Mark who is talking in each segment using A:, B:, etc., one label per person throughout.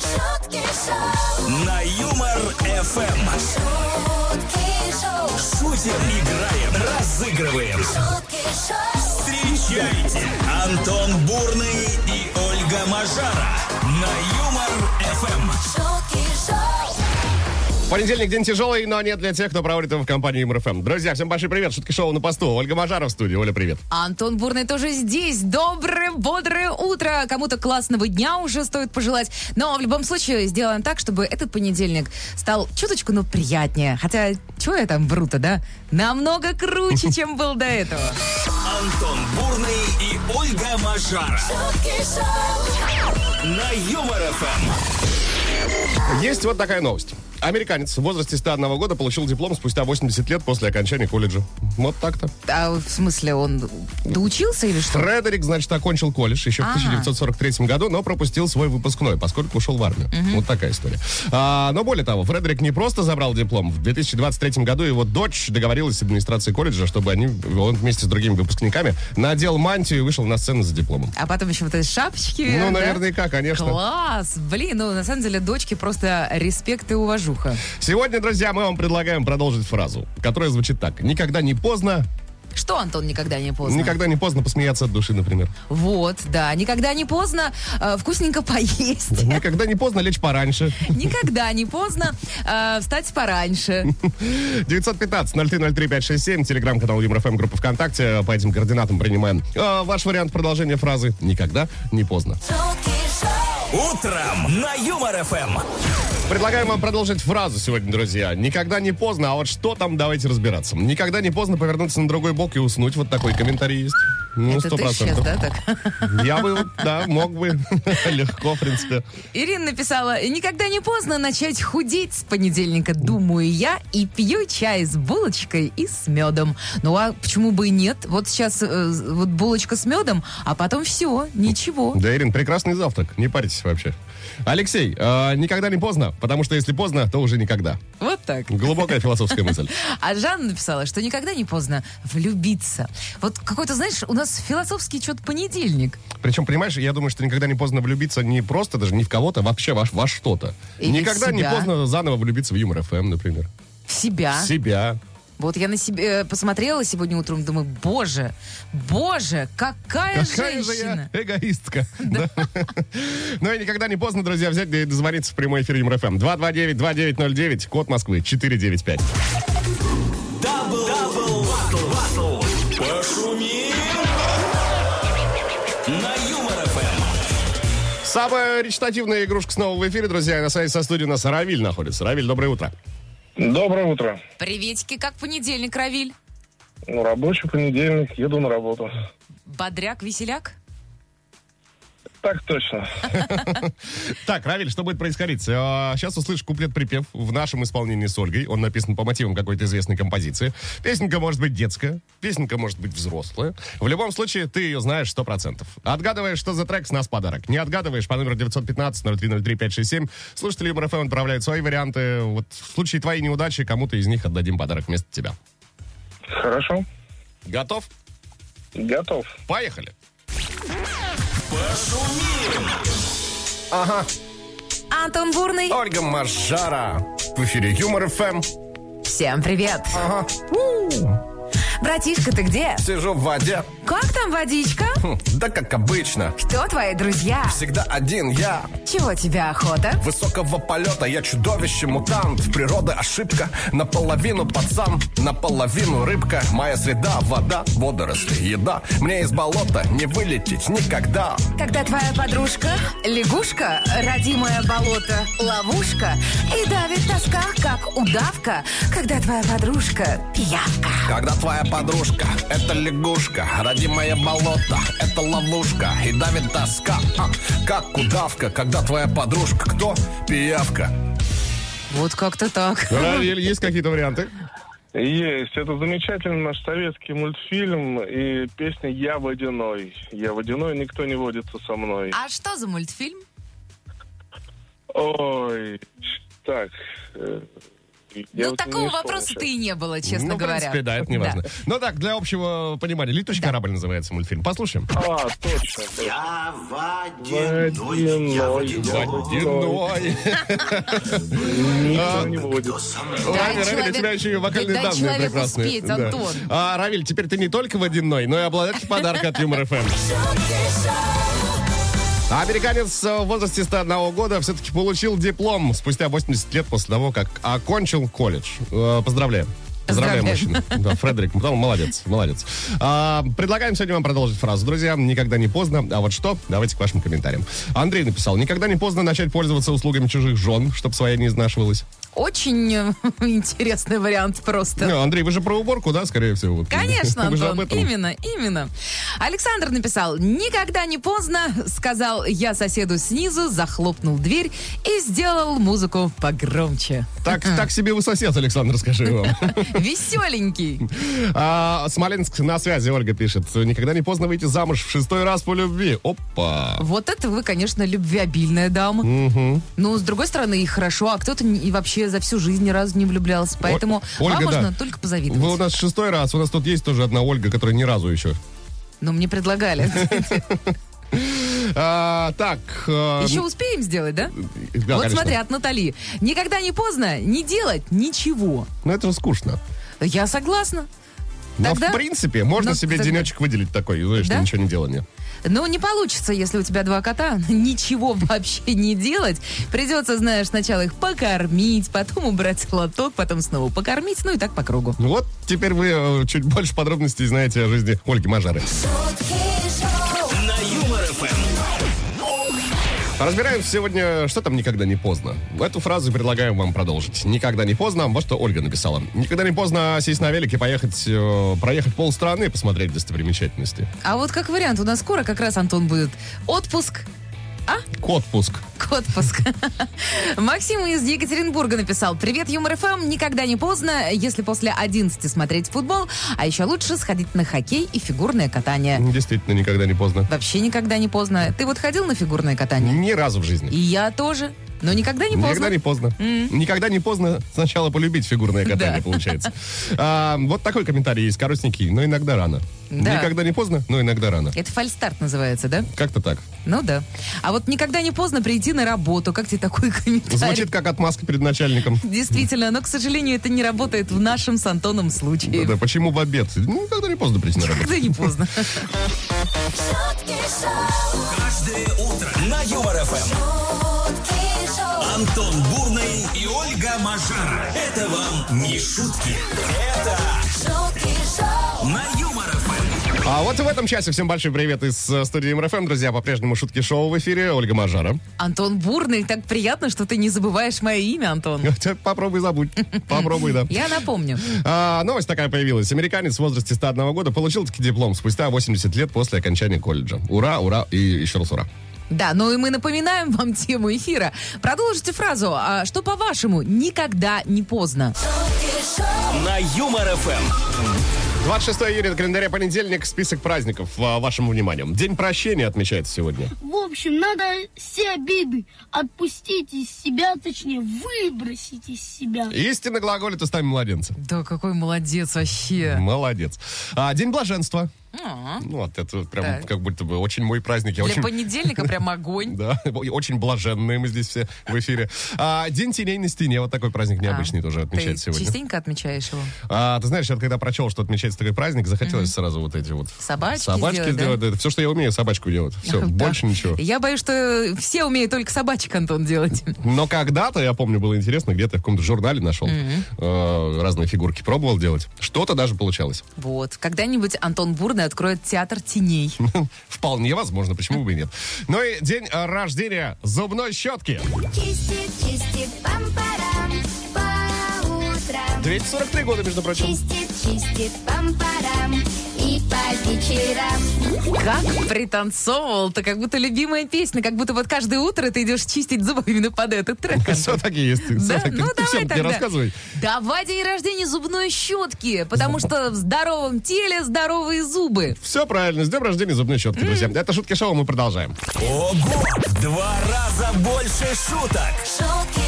A: Шутки шоу,
B: На Юмор ФМ.
A: шутки шоу,
B: Шутим, играем, разыгрываем.
A: шутки шоу,
B: Встречайте Антон Бурный и Ольга Мажара на Юмор Эм. ФМ.
A: шутки шоу,
C: Понедельник день тяжелый, но нет для тех, кто проводит его в компании МРФМ. Друзья, всем большой привет. Шутки шоу на посту. Ольга Мажаров в студии. Оля, привет.
D: А Антон Бурный тоже здесь. Доброе, бодрое утро. Кому-то классного дня уже стоит пожелать. Но в любом случае сделаем так, чтобы этот понедельник стал чуточку, но приятнее. Хотя, чего я там вру-то, да? Намного круче, чем был до этого.
B: Антон Бурный и Ольга Мажара
A: шутки шоу,
B: на Юмор Эм. ФМ.
C: Есть вот такая новость. Американец в возрасте 101 года получил диплом спустя 80 лет после окончания колледжа. Вот так-то.
D: А в смысле, он доучился или что?
C: Фредерик, значит, окончил колледж еще в
D: Ага.
C: 1943 году, но пропустил свой выпускной, поскольку ушел в армию. Вот такая история. А, но более того, Фредерик не просто забрал диплом. В 2023 году его дочь договорилась с администрацией колледжа, чтобы они, он вместе с другими выпускниками надел мантию и вышел на сцену за дипломом.
D: А потом еще вот эти шапочки.
C: Ну,
D: да?
C: наверняка, конечно.
D: Класс! Блин, ну на самом деле дочки просто респект и уважуха.
C: Сегодня, друзья, мы вам предлагаем продолжить фразу, которая звучит так. Никогда не поздно,
D: Что, Антон, никогда не поздно?
C: никогда не поздно посмеяться от души, например.
D: Вот, да. Никогда не поздно э, вкусненько поесть.
C: Никогда не поздно лечь пораньше.
D: Никогда не поздно э, встать пораньше.
C: 915-0303-567, телеграм-канал ЮморФМ, группа ВКонтакте. По этим координатам принимаем э, ваш вариант продолжения фразы «Никогда не поздно».
A: шутки шоу,
B: Утром на Юмор Эм. ФМ.
C: Предлагаем вам продолжить фразу сегодня, друзья. Никогда не поздно, а вот что там, давайте разбираться. Никогда не поздно повернуться на другой бок и уснуть. Вот такой комментарий есть. Ну,
D: Это ты сейчас, да, так?
C: Я бы, да, мог бы. Легко, в принципе.
D: Ирина написала, никогда не поздно начать худеть с понедельника, думаю я, и пью чай с булочкой и с медом. Ну а почему бы и нет? Вот сейчас э, вот булочка с медом, а потом все, ничего.
C: Да, Ирин, прекрасный завтрак. Не паритесь вообще. Алексей, э, никогда не поздно, потому что если поздно, то уже никогда.
D: Вот так.
C: Глубокая философская мысль.
D: А Жанна написала, что никогда не поздно влюбиться. Вот какой-то, знаешь, у нас философский что-то понедельник.
C: Причем, понимаешь, я думаю, что никогда не поздно влюбиться не просто даже не в кого-то, а вообще во, во что-то.
D: Или в
C: никогда не
D: себя.
C: поздно заново влюбиться в юмор ФМ, например.
D: В себя.
C: В себя.
D: Вот я на себе э, посмотрела сегодня утром, думаю, боже, боже,
C: Какая
D: какая,
C: же
D: Э, женщина.
C: я эгоистка. Да. Ну и никогда не поздно, друзья, взять и дозвониться в прямой эфир юмор ФМ. 229-2909, код Москвы, 495.
B: Дабл, дабл, батл, батл. Пошумим. На Юмор Эм. ФМ.
C: Самая речитативная игрушка снова в эфире, друзья. И На связи со студией у нас Равиль находится. Равиль, доброе утро.
E: Доброе утро.
D: Приветики, как понедельник, Равиль?
E: Ну, рабочий понедельник, еду на работу.
D: Бодряк, веселяк?
E: Так точно.
C: Так, Равиль, что будет происходить? А, Сейчас услышишь куплет-припев в нашем исполнении с Ольгой. Он написан по мотивам какой-то известной композиции. Песенка может быть детская, песенка может быть взрослая. В любом случае, ты ее знаешь 100%. Отгадываешь, что за трек, с нас подарок. Не отгадываешь по номеру 915-0303-567. Слушатели Юмор ФМ отправляют свои варианты. Вот в случае твоей неудачи кому-то из них отдадим подарок вместо тебя.
E: Хорошо.
C: Готов?
E: Готов.
C: Поехали.
D: Антон Бурный.
C: Ольга Маржара. В эфире Юмор ФМ.
D: Всем привет. Братишка, ты где?
C: Сижу в воде. Хм,
D: Как там водичка?
C: Да как обычно.
D: Кто твои друзья?
C: Всегда один я.
D: Чего тебе охота?
C: Высокого полета я чудовище, мутант Природа ошибка, наполовину пацан Наполовину рыбка, моя среда Вода, водоросли, еда Мне из болота не вылететь никогда
D: Когда твоя подружка, лягушка, родимое болото, ловушка, и давит тоска, как удавка, когда твоя подружка пиявка.
C: Когда твоя подружка, это лягушка Родимое болото, это ловушка И давит тоска, а, как удавка Когда твоя подружка, кто? Пиявка
D: Вот как-то так.
C: Равиль, есть какие-то варианты?
E: Есть. Это замечательный наш советский мультфильм и песня «Я водяной». «Я водяной, никто не водится со мной».
D: А что за мультфильм?
E: Ой, так... э, три. Я
D: Ну,
E: вот не
D: такого
E: вспомню
D: вопроса-то
E: сейчас.
D: и не было, честно
C: ну,
D: говоря.
C: в принципе, да, это не важно. Ну так, для общего понимания, «Летучий корабль» называется мультфильм. Послушаем.
E: А, точно. точно.
B: Я водяной, я
E: Водяной, водяной.
C: Водяной.
E: Никто не водит.
C: Равиль, Равиль,
D: человек-
C: у тебя еще и вокальные
D: дай- дай
C: данные
D: человеку
C: прекрасные.
D: спеть,
C: Да.
D: Антон.
C: А, Равиль, теперь ты не только водяной, но и обладатель подарка от Юмор ФМ.
A: шутки шоу,
C: Американец э, в возрасте 101 года все-таки получил диплом спустя 80 лет после того, как окончил колледж. Э, Поздравляем. Поздравляем,
D: Поздравляем.
C: мужчину. Да, Фредерик, ну, молодец, молодец. А, предлагаем сегодня вам продолжить фразу. Друзья, никогда не поздно. А вот что? Давайте к вашим комментариям. Андрей написал, никогда не поздно начать пользоваться услугами чужих жен, чтобы своя не изнашивалась.
D: Очень э, интересный вариант просто.
C: Ну, Андрей, вы же про уборку, да, скорее всего? вот.
D: Конечно,
C: Вы же
D: Антон,
C: об этом.
D: именно, именно. Александр написал, никогда не поздно, сказал я соседу снизу, захлопнул дверь и сделал музыку погромче.
C: Так, так себе вы сосед, Александр, скажи я вам.
D: Веселенький.
C: А, Смоленск на связи, Ольга пишет. Никогда не поздно выйти замуж в шестой раз по любви. Опа.
D: Вот это вы, конечно, любвеобильная дама. Но, с другой стороны, и хорошо, а кто-то не- и вообще за всю жизнь ни разу не влюблялся. Поэтому
C: Ольга,
D: вам
C: да.
D: можно только позавидовать.
C: Вы у нас шестой раз. У нас тут есть тоже одна Ольга, которая ни разу еще.
D: Но мне предлагали.
C: А, так. а,
D: Еще успеем сделать, да?
C: да,
D: вот
C: конечно.
D: смотри, от Натали. Никогда не поздно не делать ничего.
C: Ну, это же скучно.
D: Я согласна.
C: Но,
D: Тогда-
C: в принципе, можно
D: Ну,
C: себе
D: тогда-
C: денечек выделить такой, знаешь,
D: Да?
C: ничего не делание.
D: Но не получится, если у тебя два кота, ничего вообще не делать. Придется, знаешь, сначала их покормить, потом убрать лоток, потом снова покормить, ну и так по кругу.
C: Ну, Вот теперь вы э, чуть больше подробностей знаете о жизни Ольги Мажары.
A: шутки шоу,
B: На Юмор Эм. ФМ.
C: Разбираем сегодня, что там никогда не поздно. Эту фразу предлагаем вам продолжить. Никогда не поздно, вот что Ольга написала. Никогда не поздно сесть на велик и поехать, э, проехать полстраны и посмотреть достопримечательности.
D: А вот как вариант, у нас скоро как раз, Антон, будет отпуск,
C: К отпуск.
D: к отпуск. Максим из Екатеринбурга написал. Привет, Юмор ФМ. Никогда не поздно, если после 11 смотреть футбол, а еще лучше сходить на хоккей и фигурное катание.
C: Действительно, никогда не поздно.
D: Вообще никогда не поздно. Ты вот ходил на фигурное катание?
C: Ни разу в жизни.
D: И я тоже. Но никогда не
C: Никогда
D: поздно.
C: не поздно. Никогда не поздно сначала полюбить фигурное катание,
D: Да.
C: получается. А, вот такой комментарий есть, коротенький, но иногда рано.
D: Да.
C: Никогда не поздно, но иногда рано.
D: Это фальстарт называется, да?
C: Как-то так.
D: Ну да. А вот никогда не поздно прийти на работу. Как тебе такой комментарий?
C: Звучит как отмазка перед начальником.
D: Действительно, но, к сожалению, это не работает в нашем с Антоном случае.
C: Да-да, почему в обед? Ну, Никогда не поздно прийти на работу.
D: Никогда не поздно.
A: шутки шоу,
B: Каждое утро на Юмор Эм. ФМ.
A: шутки шоу,
B: Антон Бурный и Ольга Мажара. Это вам не шутки. Это
A: шутки шоу,
B: на Юмор ФМ.
C: А вот и в этом часе всем большой привет из э, студии МРФМ, друзья. По-прежнему шутки шоу в эфире. Ольга Мажара.
D: Антон Бурный, так приятно, что ты не забываешь мое имя, Антон.
C: Хотя Попробуй забудь. Попробуй, да.
D: Я напомню.
C: А, новость такая появилась. Американец в возрасте 101 года получил таки диплом спустя 80 лет после окончания колледжа. Ура, ура и еще раз ура.
D: Да, ну и мы напоминаем вам тему эфира. Продолжите фразу, а что по-вашему никогда не поздно.
A: шутки шоу,
B: На Юмор ФМ.
C: 26 июля на календаре понедельник. Список праздников а, вашему вниманию. День прощения отмечается сегодня.
F: В общем, надо все обиды отпустить из себя, точнее, выбросить из себя.
C: Истинно глаголит устами младенца.
D: Да какой молодец вообще.
C: Молодец. А, день блаженства.
D: А,
C: Ну, вот это вот прям
D: Так.
C: как будто бы очень мой праздник. Я
D: Для
C: очень...
D: понедельника прям огонь.
C: Да, и очень блаженные мы здесь все в эфире. А, День теней на стене, вот такой праздник необычный
D: А,
C: тоже отмечается
D: ты
C: сегодня.
D: частенько отмечаешь его?
C: А, ты знаешь, я вот когда прочел, что отмечается такой праздник, захотелось сразу вот эти вот...
D: Собачки
C: Собачки
D: сделать, да?
C: сделать, да? это все, что я умею, собачку делать. Все,
D: Да.
C: больше ничего.
D: Я боюсь, что все умеют только собачек, Антон, делать.
C: Но когда-то, я помню, было интересно, где-то в каком-то журнале нашел, э, разные фигурки пробовал делать. Что-то даже получалось.
D: Вот. Когда-нибудь Антон Бурный откроет театр теней.
C: Вполне возможно, почему бы и нет. Ну и день э, рождения зубной щетки.
G: Чистит, чистит, пам-парам, по утрам.
C: 243 года, между прочим.
G: Чистит, чистит, пам-парам, и по вечерам.
D: Как пританцовывал, то как будто любимая песня, как будто вот каждое утро ты идешь чистить зубы именно под этот трек.
C: Все так и есть. всё
D: Да?
C: так и-
D: Ну,
C: ты
D: давай
C: всё-таки
D: тогда.
C: рассказывай.
D: Давай день рождения зубной щетки, потому что в здоровом теле здоровые зубы.
C: Все правильно. С днем рождения зубной щетки, друзья. Это шутки шоу, мы продолжаем.
B: Ого! В Два раза больше шуток.
A: шутки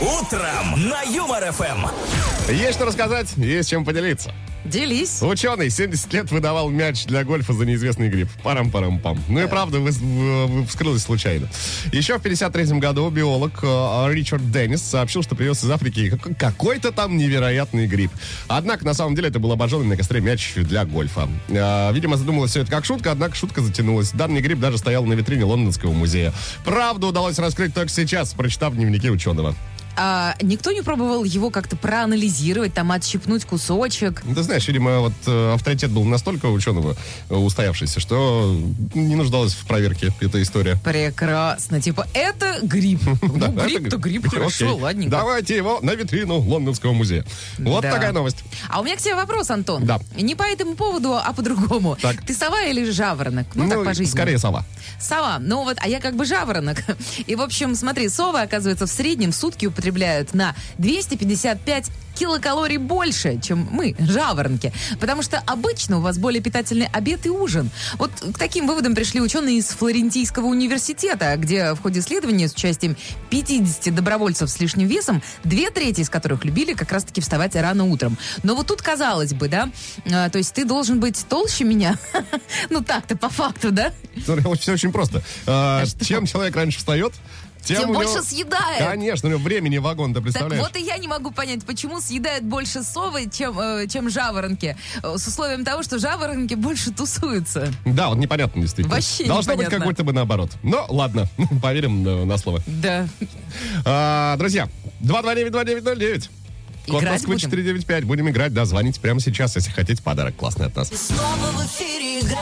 A: шоу.
B: Утром на Юмор ФМ.
C: Есть что рассказать, есть чем поделиться.
D: Делись.
C: Ученый 70 лет выдавал мяч для гольфа за неизвестный гриб. Парам-парам-пам. Ну и правда, выс- в- в- вскрылось случайно. Еще в 53 году биолог э, Ричард Деннис сообщил, что привез из Африки как- какой-то там невероятный гриб. Однако, на самом деле, это был обожженный на костре мяч для гольфа. Э, Видимо, задумалось все это как шутка, однако шутка затянулась. Данный гриб даже стоял на витрине Лондонского музея. Правду удалось раскрыть только сейчас, прочитав дневники ученого.
D: А, никто не пробовал его как-то проанализировать, там отщипнуть кусочек.
C: Ну, Ты знаешь, видимо, вот э, авторитет был настолько ученого э, устоявшийся, что не нуждалась в проверке эта история.
D: Прекрасно. Типа, это гриб.
C: Да,
D: Ну,
C: это
D: гриб-то гриб,
C: Окей.
D: хорошо, ладненько.
C: Давайте его на витрину Лондонского музея. Вот
D: Да.
C: такая новость.
D: А у меня к тебе вопрос, Антон.
C: Да.
D: Не по этому поводу, а по-другому.
C: Так.
D: Ты сова или жаворонок? Ну, так по жизни.
C: скорее сова.
D: Сова. Ну вот, а я как бы жаворонок. И, в общем, смотри, совы, оказывается, в среднем в сутки употребляют на 255 килокалорий больше, чем мы, жаворонки. Потому что обычно у вас более питательный обед и ужин. Вот к таким выводам пришли ученые из Флорентийского университета, где в ходе исследования с участием 50 добровольцев с лишним весом, две трети из которых любили как раз-таки вставать рано утром. Но вот тут казалось бы, да, э, то есть ты должен быть толще меня, ну так-то по факту, да,
C: Все Ну, очень просто. Э, Чем человек раньше встает, тем,
D: А Тем
C: у него-
D: больше съедает.
C: Конечно, у него времени вагон, ты
D: Так
C: представляешь?
D: вот и я не могу понять, почему съедают больше совы, чем, э, чем жаворонки. Э, С условием того, что жаворонки больше тусуются.
C: Да, вот непонятно действительно.
D: Вообще
C: Должно быть
D: непонятно.
C: как будто бы наоборот. Но ладно, поверим э, на слово.
D: Да.
C: А, друзья, 229-2909. Код
D: Играть
C: Москвы
D: будем?
C: 495. Будем играть, да, звоните прямо сейчас, если хотите подарок классный от нас.
A: Снова в эфире игра.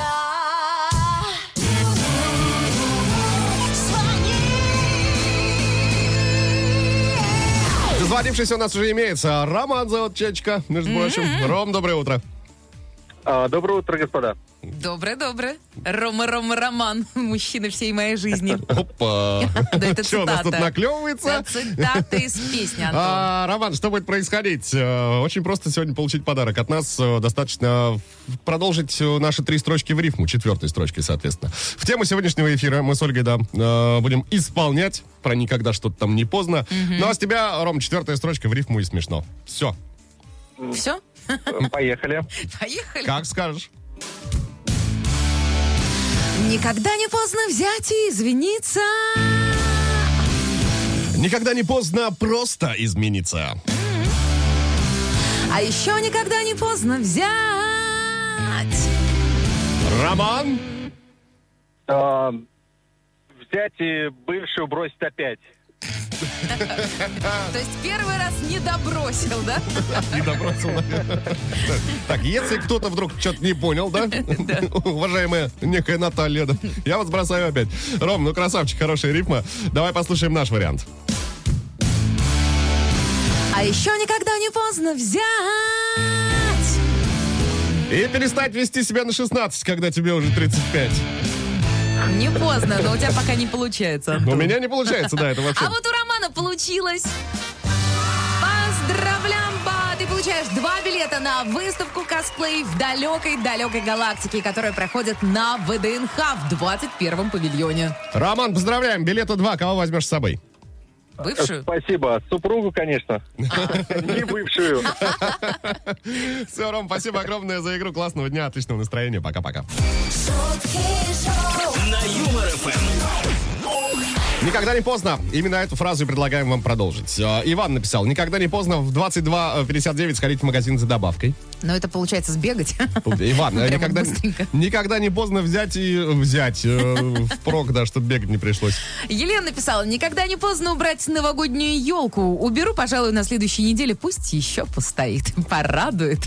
A: Звони.
C: Дозвонившийся у нас уже имеется. Роман зовут Чечка, между прочим.
D: М-м.
C: Ром, доброе утро.
E: А, доброе утро, господа.
D: Доброе-доброе. Рома-рома-роман. Мужчина всей моей жизни.
C: Опа.
D: Да, это
C: Что у нас тут
D: цитата.
C: наклевывается?
D: Это Цитата из песни, Антон.
C: А, Роман, что будет происходить? Э, Очень просто сегодня получить подарок. От нас э, достаточно в- продолжить э, наши три строчки в рифму, четвертой строчкой, соответственно. В тему сегодняшнего эфира мы с Ольгой, да, э, будем исполнять про никогда что-то там не поздно. Ну а с тебя, Ром, четвертая строчка в рифму и смешно. Все,
D: Все?
E: Поехали.
D: Поехали.
C: как скажешь.
D: Никогда не поздно взять и извиниться.
C: Никогда не поздно просто измениться.
D: А еще никогда не поздно взять.
C: Роман,
E: А, взять и бывшую бросить опять.
D: То есть первый раз не добросил, да?
C: не добросил. Так, если кто-то вдруг что-то не понял, да? Уважаемая некая Наталья, да, я вас бросаю опять. Ром, ну красавчик, хорошая рифма. Давай послушаем наш вариант.
D: А еще никогда не поздно взять.
C: И перестать вести себя на 16, когда тебе уже 35.
D: Не поздно, но у тебя пока не получается.
C: У
D: Антон.
C: меня не получается, да, это вообще.
D: А вот у Романа получилось. Поздравляем, ба! Ты получаешь два билета на выставку косплей в далекой-далекой галактике, которая проходит на ВДНХ в 21-м павильоне.
C: Роман, поздравляем, билета два, кого возьмешь с собой?
D: Бывшую?
C: Э,
E: Спасибо. Супругу, конечно. А, Не бывшую.
C: Все, Ром, спасибо огромное за игру, классного дня, отличного настроения, пока-пока.
A: Шутки шоу.
B: На Юмор ФМ.
C: Никогда не поздно. Именно эту фразу и предлагаем вам продолжить. Э, Иван написал, никогда не поздно в 22.59 сходить в магазин за добавкой.
D: Ну, это получается сбегать.
C: Иван, э,
D: Прямо
C: никогда,
D: быстренько.
C: никогда не поздно взять и взять э, впрок, да, чтобы бегать не пришлось.
D: Елена написала, никогда не поздно убрать новогоднюю елку. Уберу, пожалуй, на следующей неделе, пусть еще постоит. Порадует.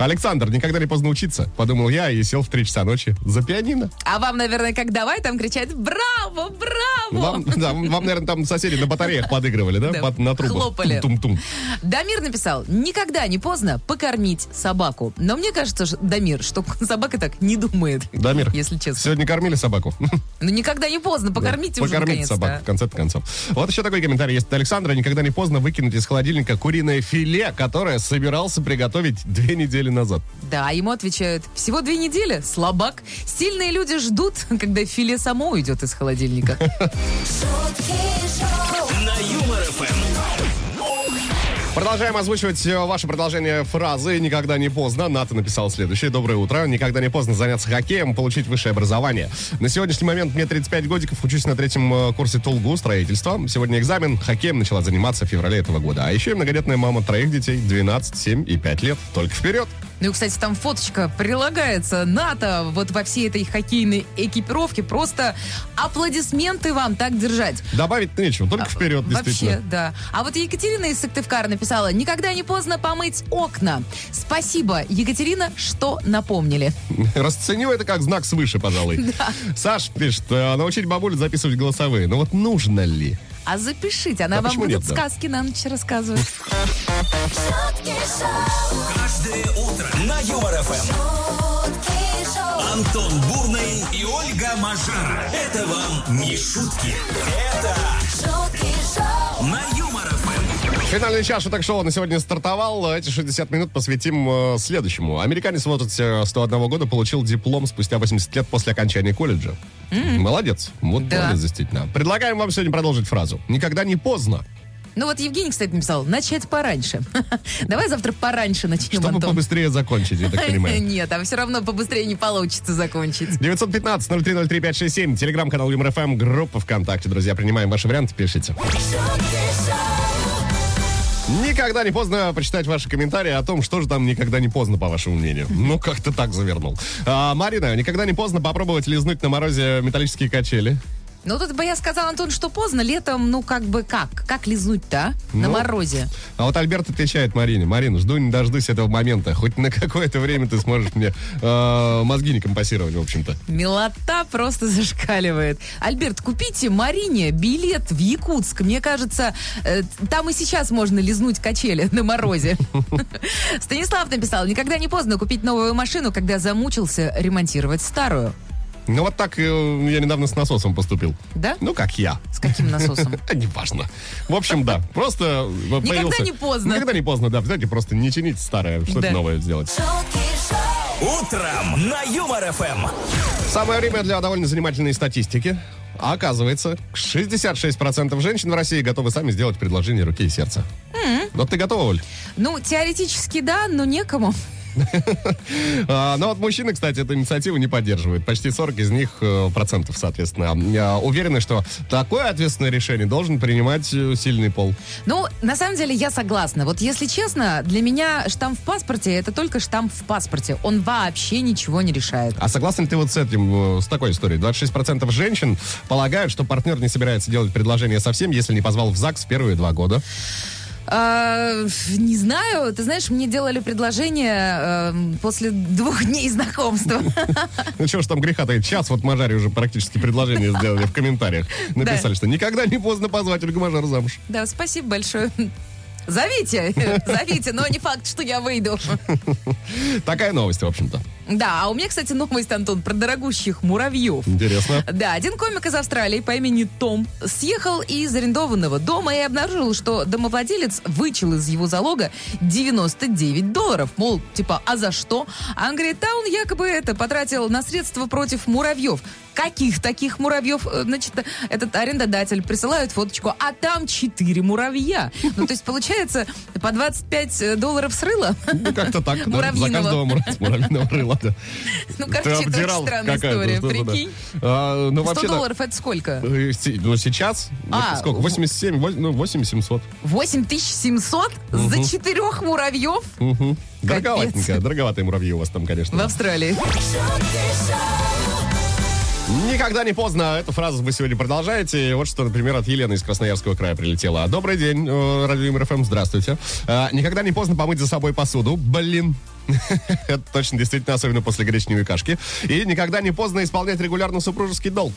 C: Александр, никогда не поздно учиться, подумал я и сел в 3 часа ночи за пианино.
D: А вам, наверное, как давай, там кричать «Браво! Браво!»
C: Вам, да, вам, наверное, там соседи на батареях подыгрывали, да?
D: Да,
C: Под- на трубах.
D: хлопали.
C: Тум-тум-тум.
D: Дамир написал, никогда не поздно покормить собаку. Но мне кажется, ж- Дамир, что собака так не думает.
C: Дамир,
D: Если честно.
C: сегодня кормили собаку?
D: Ну, никогда не поздно, покормите уже
C: Покормить
D: наконец-то.
C: собак, в конце концов. Вот еще такой комментарий есть от Александра. Никогда не поздно выкинуть из холодильника куриное филе, которое собирался приготовить две недели назад.
D: Да, а ему отвечают, всего две недели, слабак. Сильные люди ждут, когда филе само уйдет из холодильника.
A: Шутки шоу.
B: На Юмор ФМ.
C: Продолжаем озвучивать э, ваше продолжение фразы «Никогда не поздно». Ната написал следующее. Доброе утро. Никогда не поздно заняться хоккеем, получить высшее образование. На сегодняшний момент мне 35 годиков, учусь на третьем э, курсе ТУЛГУ строительства. Сегодня экзамен. Хоккеем начала заниматься в феврале этого года. А еще и многодетная мама троих детей, 12, 7 и 5 лет. Только вперед!
D: Ну и, кстати, там фоточка прилагается. НАТО вот во всей этой хоккейной экипировке. Просто аплодисменты вам так держать.
C: Добавить нечего, только вперед, действительно.
D: Вообще, да. А вот Екатерина из Сыктывкара написала, никогда не поздно помыть окна. Спасибо, Екатерина, что напомнили.
C: Расценю это как знак свыше, пожалуй. Саш пишет, э, научить бабулю записывать голосовые. Ну вот нужно ли?
D: А запишите, она
C: Да
D: вам
C: почему
D: будет
C: нет, да?
D: сказки на ночь рассказывать.
A: шутки шоу,
B: Каждое утро на Юмор ФМ.
A: шутки шоу,
B: Антон Бурный и Ольга Мажара. Это вам не шутки. Это
A: шутки шоу,
B: на Юмор ФМ.
C: Финальный час шуток-шоу на сегодня стартовал. Эти 60 минут посвятим э, следующему. Американец в возрасте 101 года получил диплом спустя 80 лет после окончания колледжа. Молодец. Вот
D: Да.
C: молодец, действительно. Предлагаем вам сегодня продолжить фразу. Никогда не поздно,
D: Ну вот Евгений, кстати, написал, начать пораньше. Давай завтра пораньше начнем,
C: чтобы
D: Антон.
C: побыстрее закончить, я так понимаю.
D: Нет, а все равно побыстрее не получится закончить.
C: 915-0303-567, телеграм-канал ЮморФМ, группа ВКонтакте. Друзья, принимаем ваши варианты, пишите.
A: шутки шоу,
C: Никогда не поздно прочитать ваши комментарии о том, что же там никогда не поздно, по вашему мнению. Ну, как-то так завернул. А, Марина, никогда не поздно попробовать лизнуть на морозе металлические качели.
D: Ну тут бы я сказала, Антон, что поздно, летом, ну как бы как? Как лизнуть-то, а? На
C: Ну.
D: морозе.
C: А вот Альберт отвечает Марине. Марина, жду не дождусь этого момента. Хоть на какое-то время ты сможешь мне э, мозги не компасировать, в общем-то.
D: Милота просто зашкаливает. Альберт, купите Марине билет в Якутск. Мне кажется, э, там и сейчас можно лизнуть качели на морозе. Станислав написал, никогда не поздно купить новую машину, когда замучился ремонтировать старую.
C: Ну, вот так э, я недавно с насосом поступил.
D: Да?
C: Ну, как я.
D: С каким насосом?
C: А, неважно. В общем, да. Просто Никогда
D: не поздно.
C: Никогда не поздно, да. Знаете, просто не чинить старое, что-то
D: Да.
C: новое сделать.
A: шутки шоу,
B: Утром на Юмор ФМ.
C: Самое время для довольно занимательной статистики. А оказывается, 66% женщин в России готовы сами сделать предложение руки и сердца. Вот ты готова, Оль?
D: Ну, теоретически да, но некому.
C: А, но вот мужчины, кстати, эту инициативу не поддерживают. Почти 40 из них э, процентов, соответственно. Я уверены, что такое ответственное решение должен принимать э, сильный пол.
D: Ну, на самом деле, я согласна. Вот если честно, для меня штамп в паспорте это только штамп в паспорте. Он вообще ничего не решает.
C: А согласен ли ты вот с этим, э, с такой историей? 26% женщин полагают, что партнер не собирается делать предложение совсем, если не позвал в ЗАГС в первые два года.
D: А, не знаю, ты знаешь, мне делали предложение эм, после двух дней знакомства.
C: Ну чего ж там греха таить. Сейчас вот Мажаре уже практически предложение сделали в комментариях. Написали, что никогда не поздно позвать Ольгу Мажар замуж.
D: Да, спасибо большое. Зовите, зовите, но не факт, что я выйду.
C: Такая новость, в общем-то.
D: Да, а у меня, кстати, новость, Антон, про дорогущих муравьев.
C: Интересно.
D: Да, один комик из Австралии по имени Том съехал из арендованного дома и обнаружил, что домовладелец вычел из его залога 99 долларов. Мол, типа, а за что? А он говорит, да, он якобы это потратил на средства против муравьев. Каких таких муравьев? Э, Значит, этот арендодатель присылает фоточку, а там 4 муравья. Ну, то есть, получается, по 25 долларов срыла.
C: Ну, как-то так. да. За
D: Муравьиного.
C: каждого мура- муравьиного рыла. да.
D: Ну,
C: Ты
D: короче, это очень
C: обдирал
D: странная
C: какая-то,
D: история,
C: что-то, да.
D: прикинь.
C: А, Ну,
D: 100
C: вообще-то...
D: долларов это сколько?
C: э, си- Ну, сейчас,
D: А,
C: вот сколько, 87, вось- ну, 8700.
D: 8700 за четырех муравьев
C: Угу.
D: Капец.
C: Дороговатенько, дороговатые муравьи у вас там,
D: в
C: конечно.
D: Австралии.
A: шутки шоу,
C: Никогда не поздно. Эту фразу вы сегодня продолжаете. И Вот что, например, от Елены из Красноярского края прилетело. Добрый день, э, Радио МРФМ, здравствуйте. Э, Никогда не поздно помыть за собой посуду. Блин. Это точно, действительно, особенно после гречневой кашки. И никогда не поздно исполнять регулярно супружеский долг.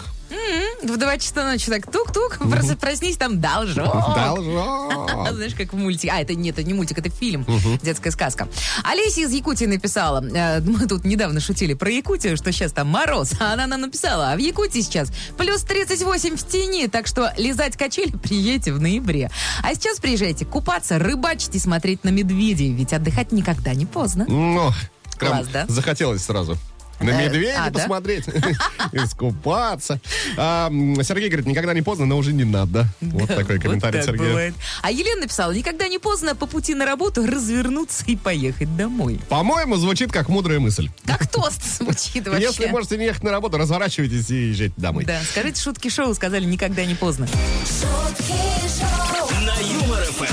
D: В 2 часа ночи так тук-тук, просто проснись там должок.
C: Должок.
D: Знаешь, как в мультике. А, это не, это не мультик, это фильм. Детская сказка. Олеся из Якутии написала. э, Мы тут недавно шутили про Якутию, что сейчас там мороз. А она нам написала. А в Якутии сейчас плюс 38 в тени. Так что лизать качели приедете в ноябре. А сейчас приезжайте купаться, рыбачить и смотреть на медведей. Ведь отдыхать никогда не поздно.
C: Ну, прям
D: Класс, да?
C: захотелось сразу. На
D: Э,
C: медведя
D: а, да?
C: посмотреть, искупаться. А, м, Сергей говорит, никогда не поздно, но уже не надо. Вот такой комментарий
D: Вот так
C: Сергея.
D: бывает. А Елена написала, никогда не поздно по пути на работу развернуться и поехать домой.
C: По-моему, звучит как мудрая мысль.
D: Как тост звучит вообще.
C: Если можете не ехать на работу, разворачивайтесь и езжайте домой.
D: Да, скажите, шутки шоу сказали никогда не поздно.
A: шутки шоу,
B: На Юмор ФМ.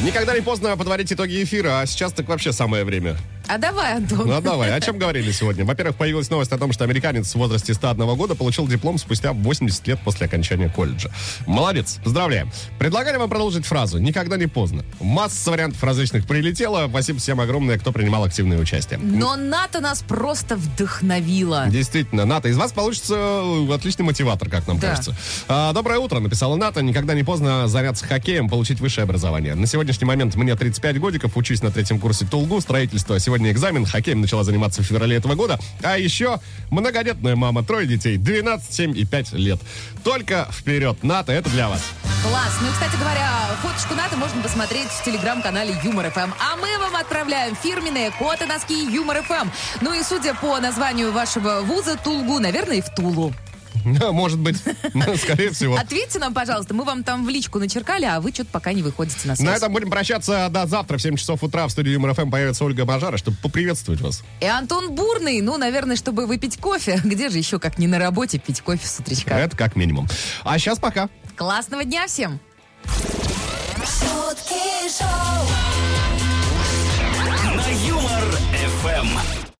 C: Никогда не поздно подводить итоги эфира, а сейчас так вообще самое время.
D: А давай, Антон.
C: Ну а давай, о чем говорили сегодня? Во-первых, появилась новость о том, что американец в возрасте 101 года получил диплом спустя 80 лет после окончания колледжа. Молодец, поздравляем. Предлагали вам продолжить фразу «Никогда не поздно». Масса вариантов различных прилетела. Спасибо всем огромное, кто принимал активное участие.
D: Но НАТО нас просто вдохновило.
C: Действительно, Ната, из вас получится э, отличный мотиватор, как нам
D: Да.
C: кажется. А, Доброе утро, написала Ната. Никогда не поздно заняться хоккеем, получить высшее образование. На сегодняшний момент мне 35 годиков, учусь на третьем курсе Тулгу, строительство. Сегодня экзамен, хоккеем начала заниматься в феврале этого года. А еще многодетная мама, трое детей, 12, 7 и 5 лет. Только вперед, Ната, это для вас.
D: Класс. Ну и, кстати говоря, фоточку НАТО можно посмотреть в телеграм-канале Юмор ФМ. А мы вам отправляем фирменные коты, носки Юмор ФМ. Ну и судя по названию вашего вуза Тулгу, наверное, и в Тулу.
C: Может быть, скорее всего.
D: Ответьте нам, пожалуйста, мы вам там в личку начеркали, а вы что-то пока не выходите на связь.
C: На этом будем прощаться до завтра в 7 часов утра. В студии Юмор ФМ появится Ольга Бажара, чтобы поприветствовать вас.
D: И Антон Бурный, ну, наверное, чтобы выпить кофе. Где же еще, как не на работе, пить кофе с утречка?
C: Это как минимум. А сейчас пока.
D: Классного дня всем!
A: шутки шоу.
B: На Юмор ФМ.